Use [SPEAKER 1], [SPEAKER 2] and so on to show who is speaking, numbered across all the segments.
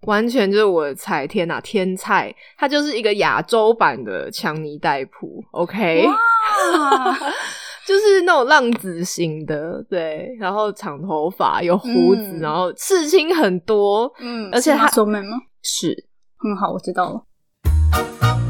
[SPEAKER 1] 完全就是我的菜，天哪，天菜！它就是一个亚洲版的强尼戴普，OK，
[SPEAKER 2] 哇，
[SPEAKER 3] 啊
[SPEAKER 1] 就是那种浪子型的，对，然后长头发，有胡子，
[SPEAKER 2] 嗯
[SPEAKER 1] 然后刺青很多，
[SPEAKER 2] 嗯，
[SPEAKER 1] 而且
[SPEAKER 2] 是
[SPEAKER 1] 他
[SPEAKER 2] 他说妹吗？
[SPEAKER 1] 是
[SPEAKER 2] 嗯，好，我知道了。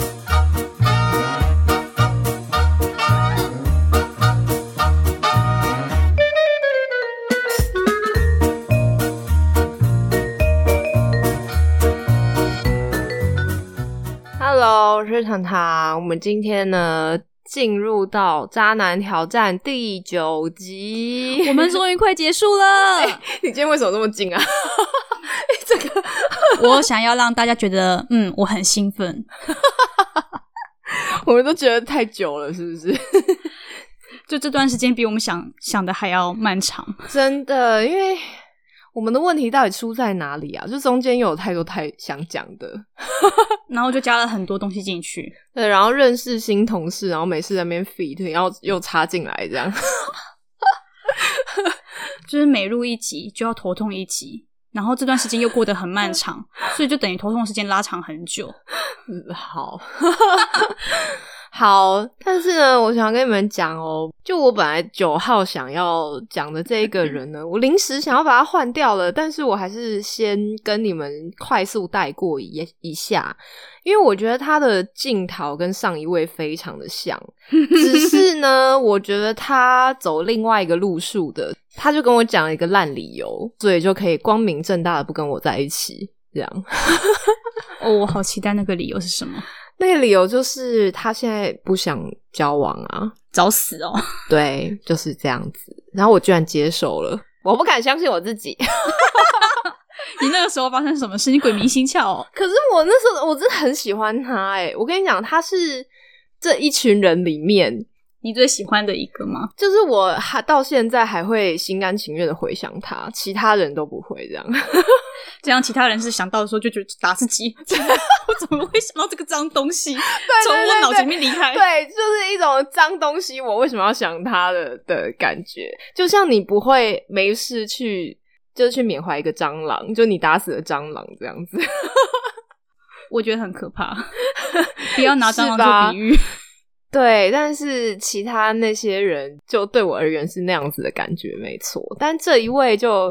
[SPEAKER 1] Hello，我是糖糖。我们今天呢，进入到渣男挑战第九集。
[SPEAKER 3] 我们终于快结束了，
[SPEAKER 1] 你今天为什么这么近啊？ 这个
[SPEAKER 3] 我想要让大家觉得，嗯，我很兴奋。
[SPEAKER 1] 我们都觉得太久了，是不是？
[SPEAKER 3] 就这段时间比我们想想的还要漫长。
[SPEAKER 1] 真的，因为我们的问题到底出在哪里啊？就中间又有太多太想讲的，
[SPEAKER 3] 然后就加了很多东西进去，
[SPEAKER 1] 对，然后认识新同事，然后每次在那边 feed，然后又插进来这样。
[SPEAKER 3] 就是每录一集就要头痛一集，然后这段时间又过得很漫 长，所以就等于头痛时间拉长很久。
[SPEAKER 1] 嗯好， 好，但是呢，我想跟你们讲哦，就我本来九号想要讲的这一个人呢，我临时想要把他换掉了，但是我还是先跟你们快速带过一一下，因为我觉得他的镜头跟上一位非常的像，只是呢，我觉得他走另外一个路数的，他就跟我讲了一个烂理由，所以就可以光明正大的不跟我在一起，这样。
[SPEAKER 3] 哦，我好期待那个理由是什么？
[SPEAKER 1] 那个理由就是他现在不想交往啊，
[SPEAKER 3] 找死哦！
[SPEAKER 1] 对，就是这样子。然后我居然接受了，我不敢相信我自己。
[SPEAKER 3] 你那个时候发生什么事？你鬼迷心窍哦！
[SPEAKER 1] 可是我那时候我真的很喜欢他、欸，我跟你讲，他是这一群人里面，
[SPEAKER 3] 你最喜欢的一个吗？
[SPEAKER 1] 就是我还到现在还会心甘情愿的回想他，其他人都不会这样。
[SPEAKER 3] 这样其他人是想到的时候就觉得打自己， 我怎么会想到这个脏东西？从我脑子里面离开。
[SPEAKER 1] 对，就是一种脏东西，我为什么要想他的的感觉？就像你不会没事去。就去缅怀一个蟑螂，就你打死了蟑螂这样子。
[SPEAKER 3] 我觉得很可 怕，不要拿蟑
[SPEAKER 1] 是吧
[SPEAKER 3] 螂做比喻。
[SPEAKER 1] 对，但是其他那些人就对我而言是那样子的感觉，没错。但这一位就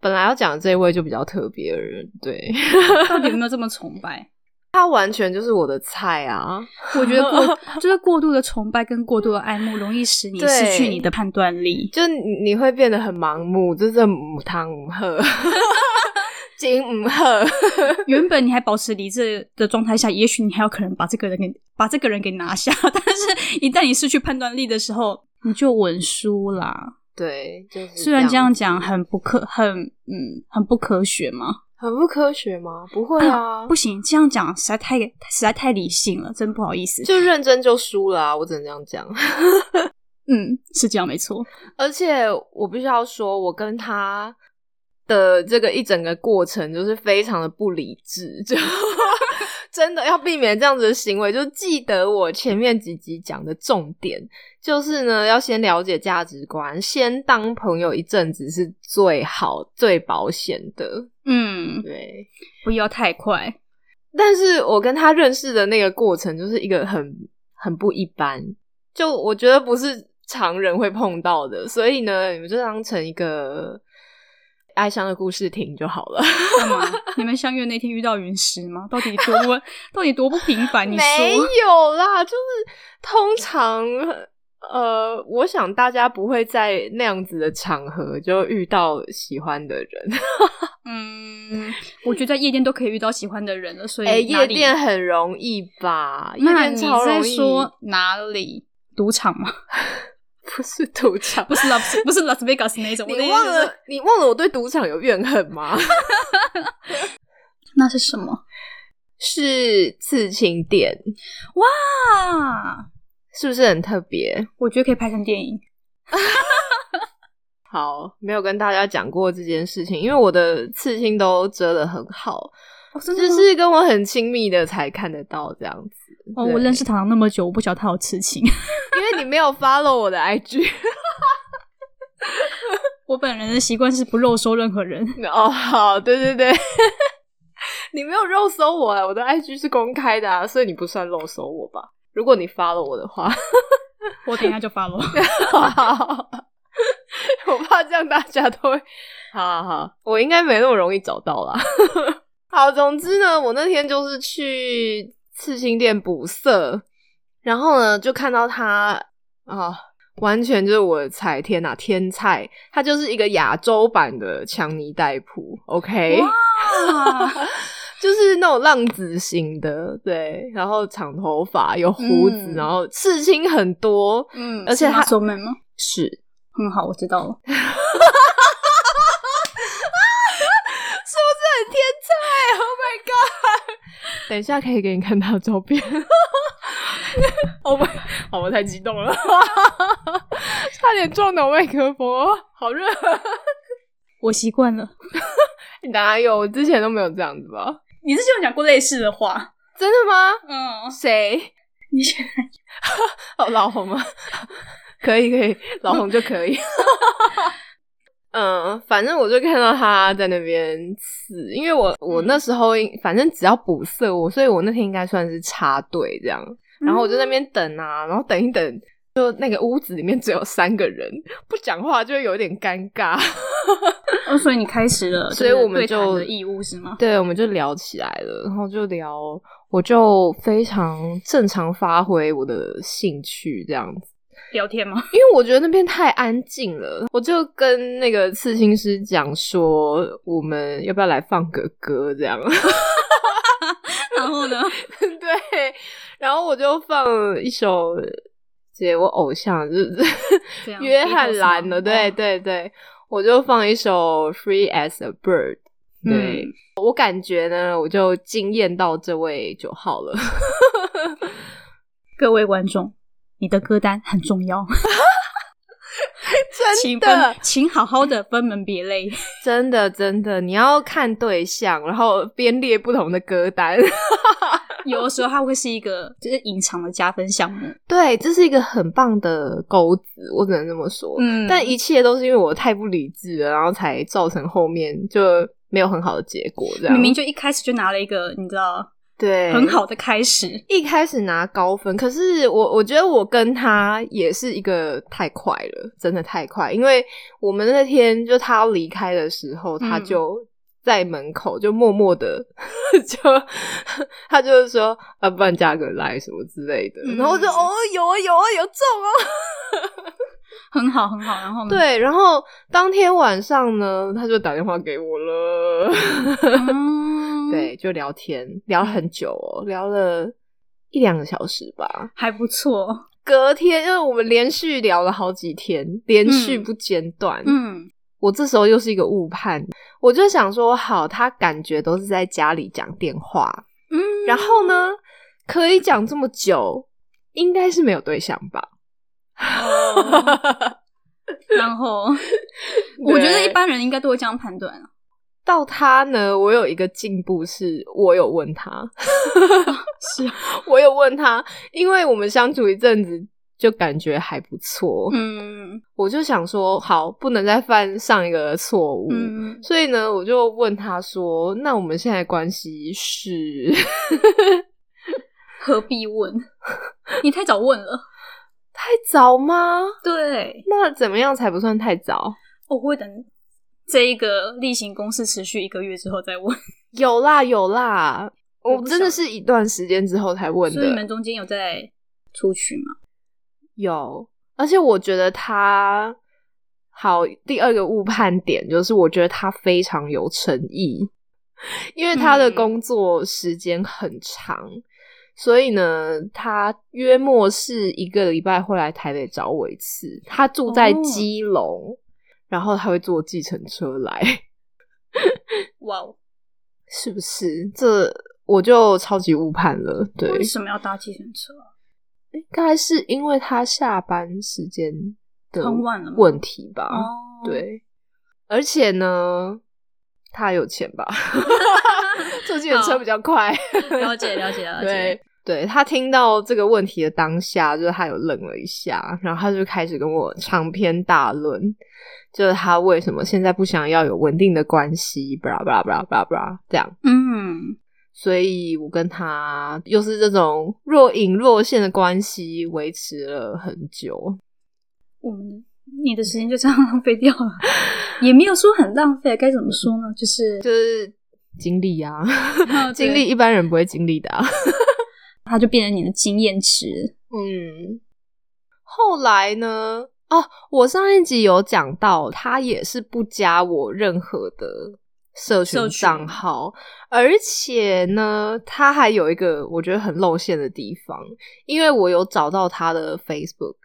[SPEAKER 1] 本来要讲的这一位就比较特别的人，对
[SPEAKER 3] 到底有没有这么崇 拜？
[SPEAKER 1] 他完全就是我的菜啊！
[SPEAKER 3] 我觉得过就是过度的崇拜跟过度的爱慕，容易使你
[SPEAKER 1] 对
[SPEAKER 3] 失去你的判断 力。
[SPEAKER 1] 就你你会变得很盲目，就是母汤母喝， 金母喝，
[SPEAKER 3] 原本你还保持理智的状态下，也许你还有可能把这个人给把这个人给拿下， 但是一旦你失去判断力的时候，你就稳输啦。
[SPEAKER 1] 对，就是
[SPEAKER 3] 虽然这样
[SPEAKER 1] 样
[SPEAKER 3] 讲很不科，很嗯，很不科学嘛。
[SPEAKER 1] 很不科学吗？不会啊，
[SPEAKER 3] 不行，这样讲实在太实在太理性了，真不好意思。
[SPEAKER 1] 就认真就输了啊！我只能这样讲。
[SPEAKER 3] 嗯，是这样没错。
[SPEAKER 1] 而且我必须要说，我跟他的这个一整个过程就是非常的不理智，就真的要避免这样子的行为。就记得我前面几集讲的重点，就是呢，要先了解价值观，先当朋友一阵子是最好、最保险的。
[SPEAKER 3] 嗯，
[SPEAKER 1] 对，
[SPEAKER 3] 不要太快。
[SPEAKER 1] 但是我跟他认识的那个过程，就是一个很很不一般，就我觉得不是常人会碰到的，所以呢，你们就当成一个哀伤的故事听就好了。
[SPEAKER 3] 干嘛？ 你们相约那天遇到陨石吗？到底多么到底多不平 凡？啊你
[SPEAKER 1] 没
[SPEAKER 3] 说
[SPEAKER 1] 有啦，就是通常呃，我想大家不会在那样子的场合就遇到喜欢的人。
[SPEAKER 3] 嗯，我觉得在夜店都可以遇到喜欢的人了，所以
[SPEAKER 1] 哎、
[SPEAKER 3] 哪
[SPEAKER 1] 夜
[SPEAKER 3] 里
[SPEAKER 1] 店很容易吧？夜
[SPEAKER 3] 那
[SPEAKER 1] 店
[SPEAKER 3] 你
[SPEAKER 1] 超
[SPEAKER 3] 在
[SPEAKER 1] 容易，
[SPEAKER 3] 说哪里？赌场吗？
[SPEAKER 1] 不是赌场。
[SPEAKER 3] 不是 Las 不是 Las Vegas 那种， 我的意
[SPEAKER 1] 你
[SPEAKER 3] 思
[SPEAKER 1] 忘
[SPEAKER 3] 是
[SPEAKER 1] 了你忘了我对赌场有怨恨吗？
[SPEAKER 3] 那是什么
[SPEAKER 1] 是刺青店，
[SPEAKER 3] 啊？
[SPEAKER 1] 是不是很特别？
[SPEAKER 3] 我觉得可以拍成电影。
[SPEAKER 1] 好，没有跟大家讲过这件事情，因为我的刺青都遮的很好，
[SPEAKER 3] 哦，真
[SPEAKER 1] 就？是跟我很亲密的才看得到这样子。
[SPEAKER 3] 哦，
[SPEAKER 1] 对
[SPEAKER 3] 我认识糖糖那么久，我不晓得他有痴情。
[SPEAKER 1] 因为你没有 follow 我的 IG
[SPEAKER 3] 我本人的习惯是不肉搜任何人。
[SPEAKER 1] 哦，好，对对对，你没有肉搜我、啊，我的 IG 是公开的啊，所以你不算肉搜我吧？如果你发了我的话，
[SPEAKER 3] 我等一下就 发了。
[SPEAKER 1] 我怕这样大家都会， 好好好，我应该没那么容易找到啦。 好，总之呢，我那天就是去刺青店补色，然后呢就看到他啊，完全就是我的菜，天哪，天菜！他就是一个亚洲版的强尼戴普，OK。
[SPEAKER 2] 啊，
[SPEAKER 1] 就是那种浪子型的，对，然后长头发，有胡子，
[SPEAKER 2] 嗯
[SPEAKER 1] 然后刺青很多，
[SPEAKER 2] 嗯
[SPEAKER 1] 而且他嗯
[SPEAKER 2] 手门吗？
[SPEAKER 1] 是
[SPEAKER 2] 很好，我知道了。
[SPEAKER 1] 很天才，Oh my god！等一下可以给你看他的照片。Oh my，好， 我太激动了， 差点撞到麦克风，哦好热。
[SPEAKER 3] 我习惯了。
[SPEAKER 1] 哪有？我之前都没有这样子吧？
[SPEAKER 3] 你之前有讲过类似的话，
[SPEAKER 1] 真的吗？
[SPEAKER 3] 嗯，
[SPEAKER 1] 谁？
[SPEAKER 3] 你现在
[SPEAKER 1] 哦，老 红吗？可以可以，老红就可以。 嗯，反正我就看到他在那边刺，因为我我那时候应反正只要补色我，所以我那天应该算是插队这样。然后我就在那边等啊，然后等一等，就那个屋子里面只有三个人，不讲话就会有点尴尬，
[SPEAKER 3] 哦，所以你开始了，
[SPEAKER 1] 所以
[SPEAKER 3] 就是
[SPEAKER 1] 我们
[SPEAKER 3] 对谈
[SPEAKER 1] 就
[SPEAKER 3] 的义务是吗？
[SPEAKER 1] 对，我们就聊起来了，然后就聊，我就非常正常发挥我的兴趣这样子。
[SPEAKER 3] 聊天吗？
[SPEAKER 1] 因为我觉得那边太安静了，我就跟那个刺青师讲说，我们要不要来放个歌这样？
[SPEAKER 3] 然后呢？
[SPEAKER 1] 对，然后我就放一首，姐我偶像就是
[SPEAKER 3] 这样
[SPEAKER 1] 约翰兰的，
[SPEAKER 3] Beatles 吗
[SPEAKER 1] 对对对，我就放一首《Free as a Bird》。对、
[SPEAKER 3] 嗯
[SPEAKER 1] 我感觉呢，我就惊艳到这位九号了。
[SPEAKER 3] 各位观众，你的歌单很重 要，请
[SPEAKER 1] 真
[SPEAKER 3] 分
[SPEAKER 1] 的，，
[SPEAKER 3] 请好好的分门别类。
[SPEAKER 1] 真的，真的，你要看对象，然后编列不同的歌单。
[SPEAKER 3] 有的时候它会是一个就是隐藏的加分项目。
[SPEAKER 1] 对，这是一个很棒的钩子，我只能这么说。
[SPEAKER 3] 嗯
[SPEAKER 1] 但一切都是因为我太不理智了，然后才造成后面就没有很好的结果。这样
[SPEAKER 3] 明明就一开始就拿了一个你知道
[SPEAKER 1] 对
[SPEAKER 3] 很。好的开始，
[SPEAKER 1] 一开始拿高分，可是我我觉得我跟他也是一个太快了，真的太快。因为我们那天就他要离开的时候，他
[SPEAKER 3] 嗯
[SPEAKER 1] 就在门口就默默的 就他就是说啊，不然加个来什么之类的。
[SPEAKER 3] 嗯
[SPEAKER 1] 然后我就哦，有啊有啊有中哦，
[SPEAKER 3] 很好很好。然后呢，
[SPEAKER 1] 对，然后当天晚上呢，他就打电话给我了，
[SPEAKER 3] 嗯，
[SPEAKER 1] 对，就聊天，聊很久哦，聊了一两个小时吧。
[SPEAKER 3] 还不错。
[SPEAKER 1] 隔天，因为我们连续聊了好几天，连续
[SPEAKER 3] 嗯
[SPEAKER 1] 不间断。
[SPEAKER 3] 嗯，
[SPEAKER 1] 我这时候又是一个误判，我就想说，好，他感觉都是在家里讲电话，
[SPEAKER 3] 嗯
[SPEAKER 1] 然后呢，可以讲这么久，应该是没有对象吧？
[SPEAKER 3] 哦然后 我觉得一般人应该都会这样判断啊。
[SPEAKER 1] 到他呢，我有一个进步是，我有问他，
[SPEAKER 3] 是，
[SPEAKER 1] 我有问他，因为我们相处一阵子，就感觉还不错，
[SPEAKER 3] 嗯
[SPEAKER 1] 我就想说，好，不能再犯上一个错误，
[SPEAKER 3] 嗯，
[SPEAKER 1] 所以呢，我就问他说，那我们现在关系 是？
[SPEAKER 3] 何 必问？你太早问了。
[SPEAKER 1] 太早吗？
[SPEAKER 3] 对，
[SPEAKER 1] 那怎么样才不算太早？
[SPEAKER 3] 哦我会等这一个例行公事持续一个月之后再问。
[SPEAKER 1] 有啦，有啦，
[SPEAKER 3] 我
[SPEAKER 1] 我
[SPEAKER 3] 不
[SPEAKER 1] 真的
[SPEAKER 3] 想
[SPEAKER 1] 是一段时间之后才问
[SPEAKER 3] 所以你
[SPEAKER 1] 的
[SPEAKER 3] 们，中间有在出去吗？
[SPEAKER 1] 有，而且我觉得他好。第二个误判点就是，我觉得他非常有诚意， 因为他的
[SPEAKER 3] 嗯
[SPEAKER 1] 工作时间很长，所以呢，他约莫是一个礼拜会来台北找我一次。他住在
[SPEAKER 3] 哦
[SPEAKER 1] 基隆，然后他会坐计程车来，
[SPEAKER 3] 哇哦，
[SPEAKER 1] 是不是？这我就超级误判了。对，
[SPEAKER 3] 为什么要搭计程车啊？
[SPEAKER 1] 应该是因为他下班时间的
[SPEAKER 3] 很晚了吗
[SPEAKER 1] 问题吧？
[SPEAKER 3] 哦，，
[SPEAKER 1] 对，而且呢， 他有钱吧？坐计程车比较快。
[SPEAKER 3] 嗯了解了解了解。
[SPEAKER 1] 对，对他听到这个问题的当下，就是他有愣了一下，然后他就开始跟我长篇大论，就是他为什么现在不想要有稳定的关系，巴拉巴拉巴拉巴拉巴拉这样。
[SPEAKER 3] 嗯，
[SPEAKER 1] 所以我跟他又是这种若隐若现的关系，维持了很久。
[SPEAKER 3] 我们你的时间就这样浪费掉 了，也没有说很浪费，该怎么说呢？就是
[SPEAKER 1] 就是经历啊，
[SPEAKER 3] 哦对
[SPEAKER 1] 经历一般人不会经历的、啊。
[SPEAKER 3] 它就变成你的经验值。
[SPEAKER 1] 嗯，后来呢？哦，我上一集有讲到，他也是不加我任何的社群
[SPEAKER 3] 社群
[SPEAKER 1] 账号，而且呢，他还有一个我觉得很露馅的地方，因为我有找到他的 Facebook，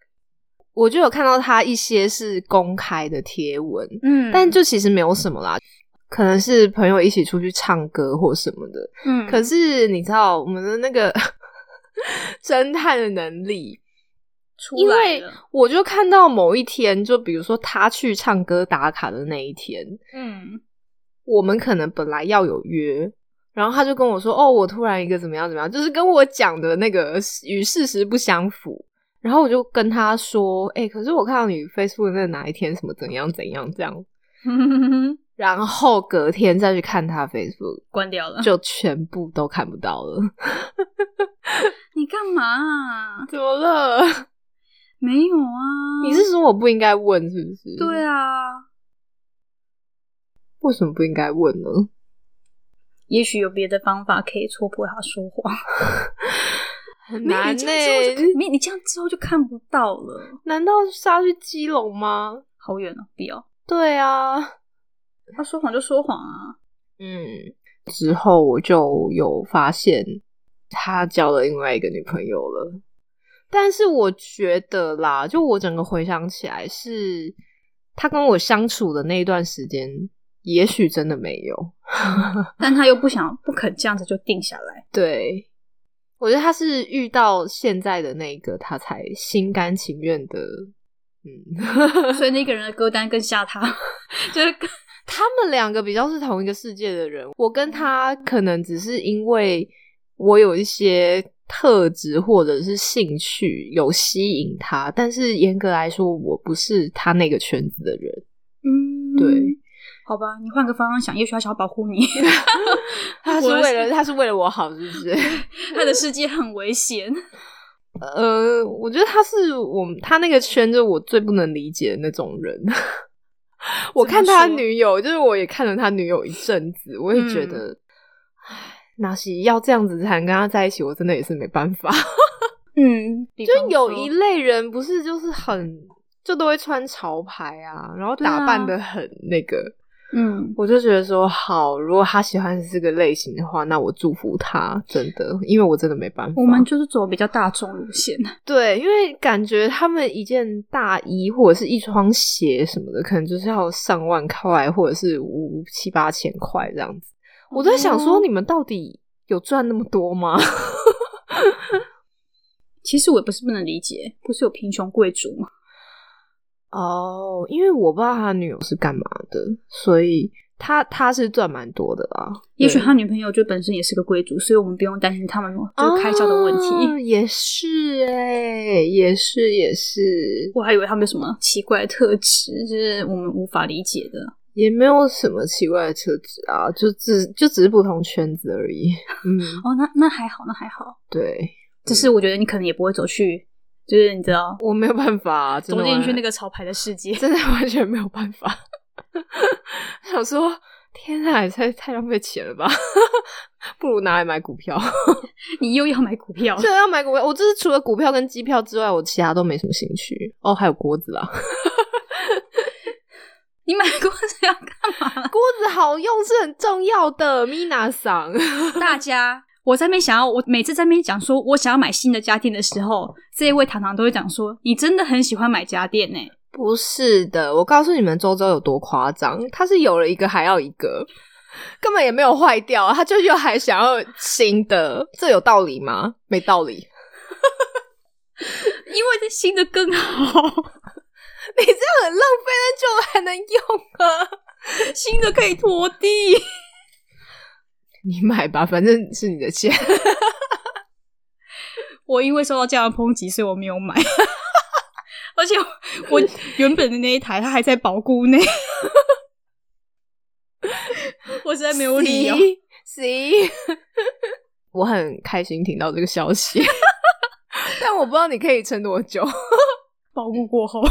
[SPEAKER 1] 我就有看到他一些是公开的贴文，
[SPEAKER 3] 嗯
[SPEAKER 1] 但就其实没有什么啦，可能是朋友一起出去唱歌或什么的，
[SPEAKER 3] 嗯
[SPEAKER 1] 可是你知道我们的那个 侦探的能力，
[SPEAKER 3] 出
[SPEAKER 1] 因
[SPEAKER 3] 来
[SPEAKER 1] 为
[SPEAKER 3] 了，
[SPEAKER 1] 我就看到某一天，就比如说他去唱歌打卡的那一天，
[SPEAKER 3] 嗯，
[SPEAKER 1] 我们可能本来要有约，然后他就跟我说：“哦，我突然一个怎么样怎么样，就是跟我讲的那个与事实不相符。”然后我就跟他说：“哎、可是我看到你 Facebook 那哪一天什么怎样怎样这样。”然后隔天再去看他 Facebook，
[SPEAKER 3] 关掉了。
[SPEAKER 1] 就全部都看不到了。
[SPEAKER 3] 你干嘛、啊？
[SPEAKER 1] 怎么了？
[SPEAKER 3] 没有啊，
[SPEAKER 1] 你是说我不应该问是不是？
[SPEAKER 3] 对
[SPEAKER 1] 啊，
[SPEAKER 3] 啊，
[SPEAKER 1] 为什么不应该问呢？
[SPEAKER 3] 也许有别的方法可以戳破他说谎。
[SPEAKER 1] 很
[SPEAKER 3] 没有
[SPEAKER 1] 难欸
[SPEAKER 3] 你
[SPEAKER 1] 呢、
[SPEAKER 3] 这样之后 就看没有你这样之后就看不到了，
[SPEAKER 1] 难道是要去基隆吗？
[SPEAKER 3] 好远哦，不要。
[SPEAKER 1] 对啊，
[SPEAKER 3] 他说谎就说谎啊，
[SPEAKER 1] 嗯，之后我就有发现他交了另外一个女朋友了，但是我觉得啦，就我整个回想起来是，他跟我相处的那一段时间，也许真的没有。
[SPEAKER 3] 但他又不想不肯这样子就定下来。
[SPEAKER 1] 对，我觉得他是遇到现在的那个，他才心甘情愿的。嗯，
[SPEAKER 3] 所以那个人的歌单更吓他，就是更
[SPEAKER 1] 他们两个比较是同一个世界的人，我跟他可能只是因为我有一些特质或者是兴趣有吸引他，但是严格来说，我不是他那个圈子的人。
[SPEAKER 3] 嗯，
[SPEAKER 1] 对，
[SPEAKER 3] 好吧，你换个方向想，也许他想要保 护你，
[SPEAKER 1] 他是
[SPEAKER 3] 我是
[SPEAKER 1] 为了他是为了我好，是不 是？
[SPEAKER 3] 他的世界很危险。
[SPEAKER 1] 呃，我觉得他是我们他那个圈子我最不能理解的那种人。 我看他
[SPEAKER 3] 怎么说
[SPEAKER 1] 女友，就是我也看了他女友一阵子，我也觉得，唉，那是要这样子才能跟他在一起，我真的也是没办法。
[SPEAKER 3] 嗯，
[SPEAKER 1] 就有一类人不是就是很就都会穿潮牌啊，然后
[SPEAKER 3] 对啊
[SPEAKER 1] 打扮的很那个，
[SPEAKER 3] 嗯，
[SPEAKER 1] 我就觉得说好，如果他喜欢这个类型的话，那我祝福他，真的，因为我真的没办法。
[SPEAKER 3] 我们就是走比较大众路线。
[SPEAKER 1] 对，因为感觉他们一件大衣或者是一双鞋什么的，可能就是要上万块或者是五七八千块这样子。我在想说，
[SPEAKER 3] 哦
[SPEAKER 1] 你们到底有赚那么多吗？
[SPEAKER 3] 其实我也不是不能理解，不是有贫穷贵族吗？
[SPEAKER 1] 哦，因为我不知道他女友是干嘛的，所以他他是赚蛮多的啦。
[SPEAKER 3] 也许
[SPEAKER 1] 对
[SPEAKER 3] 他女朋友就本身也是个贵族，所以我们不用担心他们就是开销的问题。
[SPEAKER 1] 哦也是哎、也是也是，
[SPEAKER 3] 我还以为他们有什么奇怪的特质，就是我们无法理解的。
[SPEAKER 1] 也没有什么奇怪的车子啊，就只就只是不同圈子而已。嗯，
[SPEAKER 3] 哦，那那还好，那还好。
[SPEAKER 1] 对。
[SPEAKER 3] 只是我觉得你可能也不会走去，就是你知道，
[SPEAKER 1] 我没有办法、啊真
[SPEAKER 3] 走
[SPEAKER 1] 的
[SPEAKER 3] 进去那
[SPEAKER 1] 个，
[SPEAKER 3] 个潮牌的世界。
[SPEAKER 1] 真的完全 没有办法。 想说，天啊，太太浪费钱了吧？ 不如拿来买股票。
[SPEAKER 3] 你又要买股票，
[SPEAKER 1] 虽然要买股票，我这是除了股票跟机票之外，我其他都没什么兴趣。哦，还有锅子啦，
[SPEAKER 3] 你买过这要干嘛？
[SPEAKER 1] 锅子好用是很重要的。Mina 桑，
[SPEAKER 3] 大家，我在那边想要，我每次在那边讲说我想要买新的家电的时候，这一位糖糖都会讲说，你真的很喜欢买家电欸呢、
[SPEAKER 1] 不是的，我告诉你们，周周有多夸张，他是有了一个还要一个。根本也没有坏掉，他就又还想要新的，这有道理吗？没道理。
[SPEAKER 3] 因为这新的更好，
[SPEAKER 1] 你这样很浪费，但就还能用 啊！
[SPEAKER 3] 新的可以拖地。
[SPEAKER 1] 你买吧，反正是你的钱。
[SPEAKER 3] 我因为受到这样的抨击，所以我没有买。 而且我我原本的那一台，它还在保固内， 我实在没有
[SPEAKER 1] 哦
[SPEAKER 3] 理由。
[SPEAKER 1] C，我很开心听到这个消 息，但我不知道你可以撑多久。
[SPEAKER 3] 保固过后，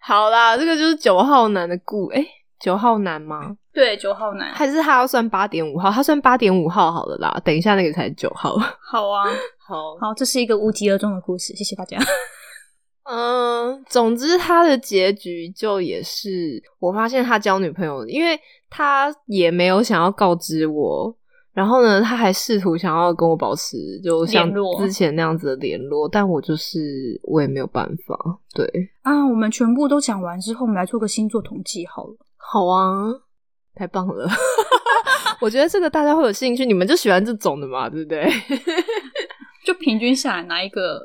[SPEAKER 1] 好啦，这个就是九号男的故，哎、九号男 吗？
[SPEAKER 3] 对九号男，
[SPEAKER 1] 还是他要算八点五号？他算八点五号好了啦。等一下那个才九号。
[SPEAKER 3] 好啊，
[SPEAKER 1] 好，
[SPEAKER 3] 好，这是一个无疾而终的故事，谢谢大家。
[SPEAKER 1] 嗯，总之他的结局就也是，我发现他交女朋友，因为他也没有想要告知我，然后呢，他还试图想要跟我保持就像
[SPEAKER 3] 联络
[SPEAKER 1] 之前那样子的联络，但我就是我也没有办法。对，
[SPEAKER 3] 啊，我们全部都讲完之后，我们来做个星座统计好了。
[SPEAKER 1] 好啊， 太棒了。 我觉得这个大家会有兴趣，你们就喜欢这种的嘛，对不对？
[SPEAKER 3] 就平均下来，哪一个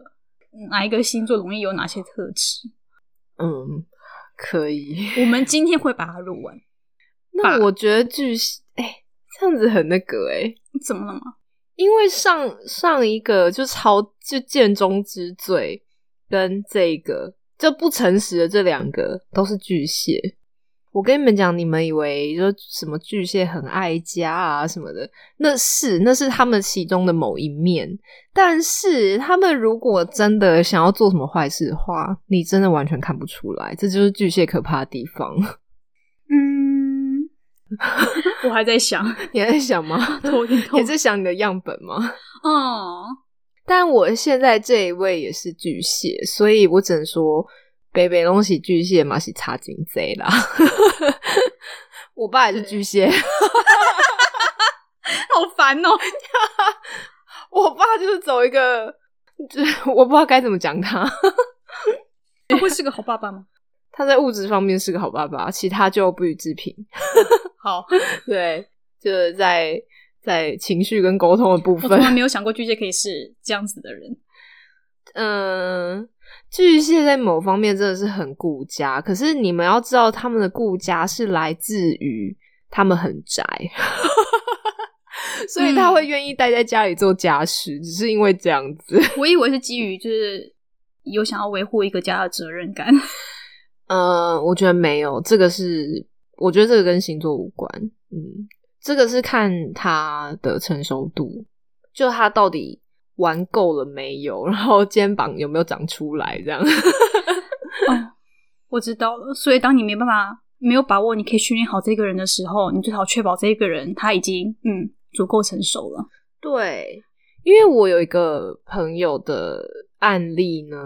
[SPEAKER 3] 哪一个星座容易有哪些特质？
[SPEAKER 1] 嗯，可以。
[SPEAKER 3] 我们今天会把它录完，
[SPEAKER 1] 那我觉得巨蟹，哎、这样子很那个哎、
[SPEAKER 3] 怎么了吗？
[SPEAKER 1] 因为上上一个就超就剑中之罪跟这个这不诚实的这两个都是巨蟹。我跟你们讲，你们以为就什么巨蟹很爱家啊什么的，那是那是他们其中的某一面。但是他们如果真的想要做什么坏事的话，你真的完全看不出来，这就是巨蟹可怕的地方。
[SPEAKER 3] 嗯， 我还在 想，
[SPEAKER 1] 你还在想吗？
[SPEAKER 3] 头有点
[SPEAKER 1] 你
[SPEAKER 3] 痛
[SPEAKER 1] 还。在想你的样本吗？
[SPEAKER 3] 哦，
[SPEAKER 1] 但我现在这一位也是巨蟹，所以我只能说，北北东西巨蟹嘛是差金贼啦。 我爸也是巨蟹，
[SPEAKER 3] 好 烦哦。
[SPEAKER 1] 我爸就是走一个，就是 我不知道该怎么讲他。
[SPEAKER 3] 他会是个好爸爸吗？
[SPEAKER 1] 他在物质方面是个好爸爸，其他就不予置评。
[SPEAKER 3] 好，
[SPEAKER 1] 对，就是在在情绪跟沟通的部
[SPEAKER 3] 我从
[SPEAKER 1] 分，
[SPEAKER 3] 来没有想过巨蟹可以是这样子的人。
[SPEAKER 1] 嗯，巨蟹在某方面真的是很顾家，可是你们要知道，他们的顾家是来自于他们很宅， 所以他会愿意待在家里做家事，只是因为这样子。
[SPEAKER 3] 我以为是基于就是有想要维护一个家的责任感。
[SPEAKER 1] 嗯，我觉得没有，这个是我觉得这个跟星座无关，嗯，这个是看他的成熟度，就他到底玩够了没有，然后肩膀有没有长出来，这样。
[SPEAKER 3] 我知道了，所以当你没办法、没有把握，你可以训练好这个人的时候，你最好确保这个人他已经嗯足够成熟了。
[SPEAKER 1] 对，因为我有一个朋友的案例呢，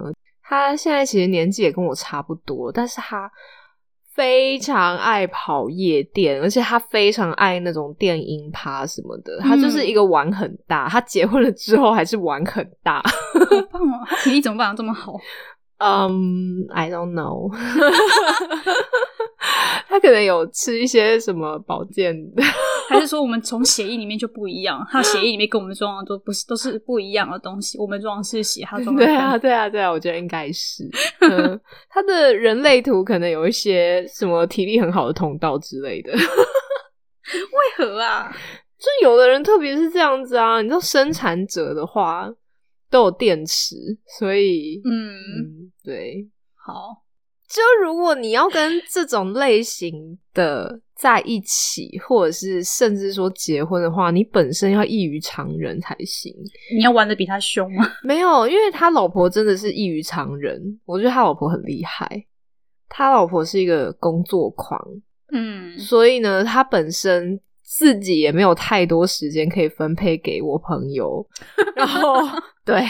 [SPEAKER 1] 他现在其实年纪也跟我差不多，但是他非常爱跑夜店，而且他非常爱那种电音趴什么的。他就是一个玩很大，他结婚了之后还是玩很大。
[SPEAKER 3] 好棒哦，他体力怎么办得这么好？
[SPEAKER 1] 嗯、i don't know，他可能有吃一些什么保健的。
[SPEAKER 3] 还是说我们从协议里面就不一样？他协议里面跟我们装的都不是都是不一样的东西，我们装的是血，他装的
[SPEAKER 1] 对啊，对啊，对啊，我觉得应该是。嗯，他的人类图可能有一些什么体力很好的通道之类的， 就
[SPEAKER 3] 为何啊？
[SPEAKER 1] 有的人特别是这样子啊，你知道生产者的话都有电池，所以
[SPEAKER 3] 嗯，
[SPEAKER 1] 嗯，对。
[SPEAKER 3] 好，
[SPEAKER 1] 就如果你要跟这种类型的在一起，或者是甚至说结婚的话，你本身要异于常人才行。
[SPEAKER 3] 你要玩的比他凶吗？
[SPEAKER 1] 没有，因为他老婆真的是异于常人，我觉得他老婆很厉害。他老婆是一个工作狂，
[SPEAKER 3] 嗯
[SPEAKER 1] 所以呢，他本身自己也没有太多时间可以分配给我朋友。然后对，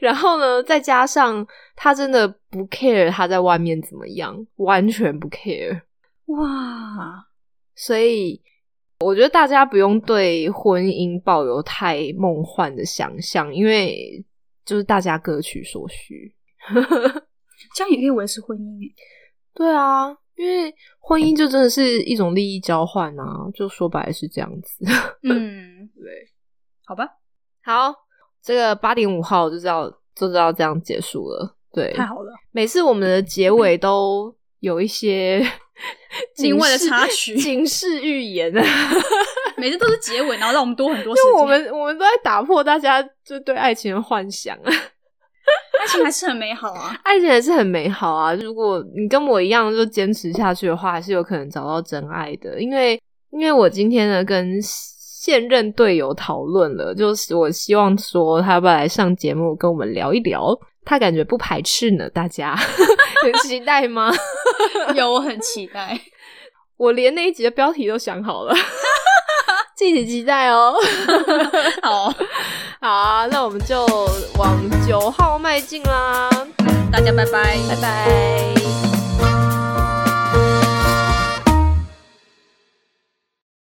[SPEAKER 1] 然后呢，再加上他真的不 care 他在外面怎么样，完全不 care。
[SPEAKER 3] 哇，
[SPEAKER 1] 所以我觉得大家不用对婚姻抱有太梦幻的想象，因为就是大家各取所需。
[SPEAKER 3] 这样也可以维持婚姻耶。
[SPEAKER 1] 对啊，因为婚姻就真的是一种利益交换啊，就说白了是这样子。
[SPEAKER 3] 嗯，
[SPEAKER 1] 对，
[SPEAKER 3] 好吧，
[SPEAKER 1] 好，这个八点五号就知道就知道这样结束了。对，
[SPEAKER 3] 太好了，
[SPEAKER 1] 每次我们的结尾都有一些
[SPEAKER 3] 另外的
[SPEAKER 1] 警示
[SPEAKER 3] 插曲
[SPEAKER 1] 警示预言啊。
[SPEAKER 3] 每次都是结尾，然后让我们多很多时间。
[SPEAKER 1] 就我们我们都在打破大家就对爱情的幻想啊，
[SPEAKER 3] 爱情还是很美好啊。
[SPEAKER 1] 爱情也是很美好啊。如果你跟我一样就坚持下去的话，还是有可能找到真爱的。因为因为我今天呢跟现任队友讨论了，就是我希望说他要不要来上节目跟我们聊一聊，他感觉不排斥呢，大家 有期待吗？
[SPEAKER 3] 有，我很期待。
[SPEAKER 1] 我连那一集的标题都想好了， 敬请期待哦。
[SPEAKER 3] 好，
[SPEAKER 1] 好啊，那我们就往九号迈进啦，
[SPEAKER 3] 大家拜拜。
[SPEAKER 1] 拜拜。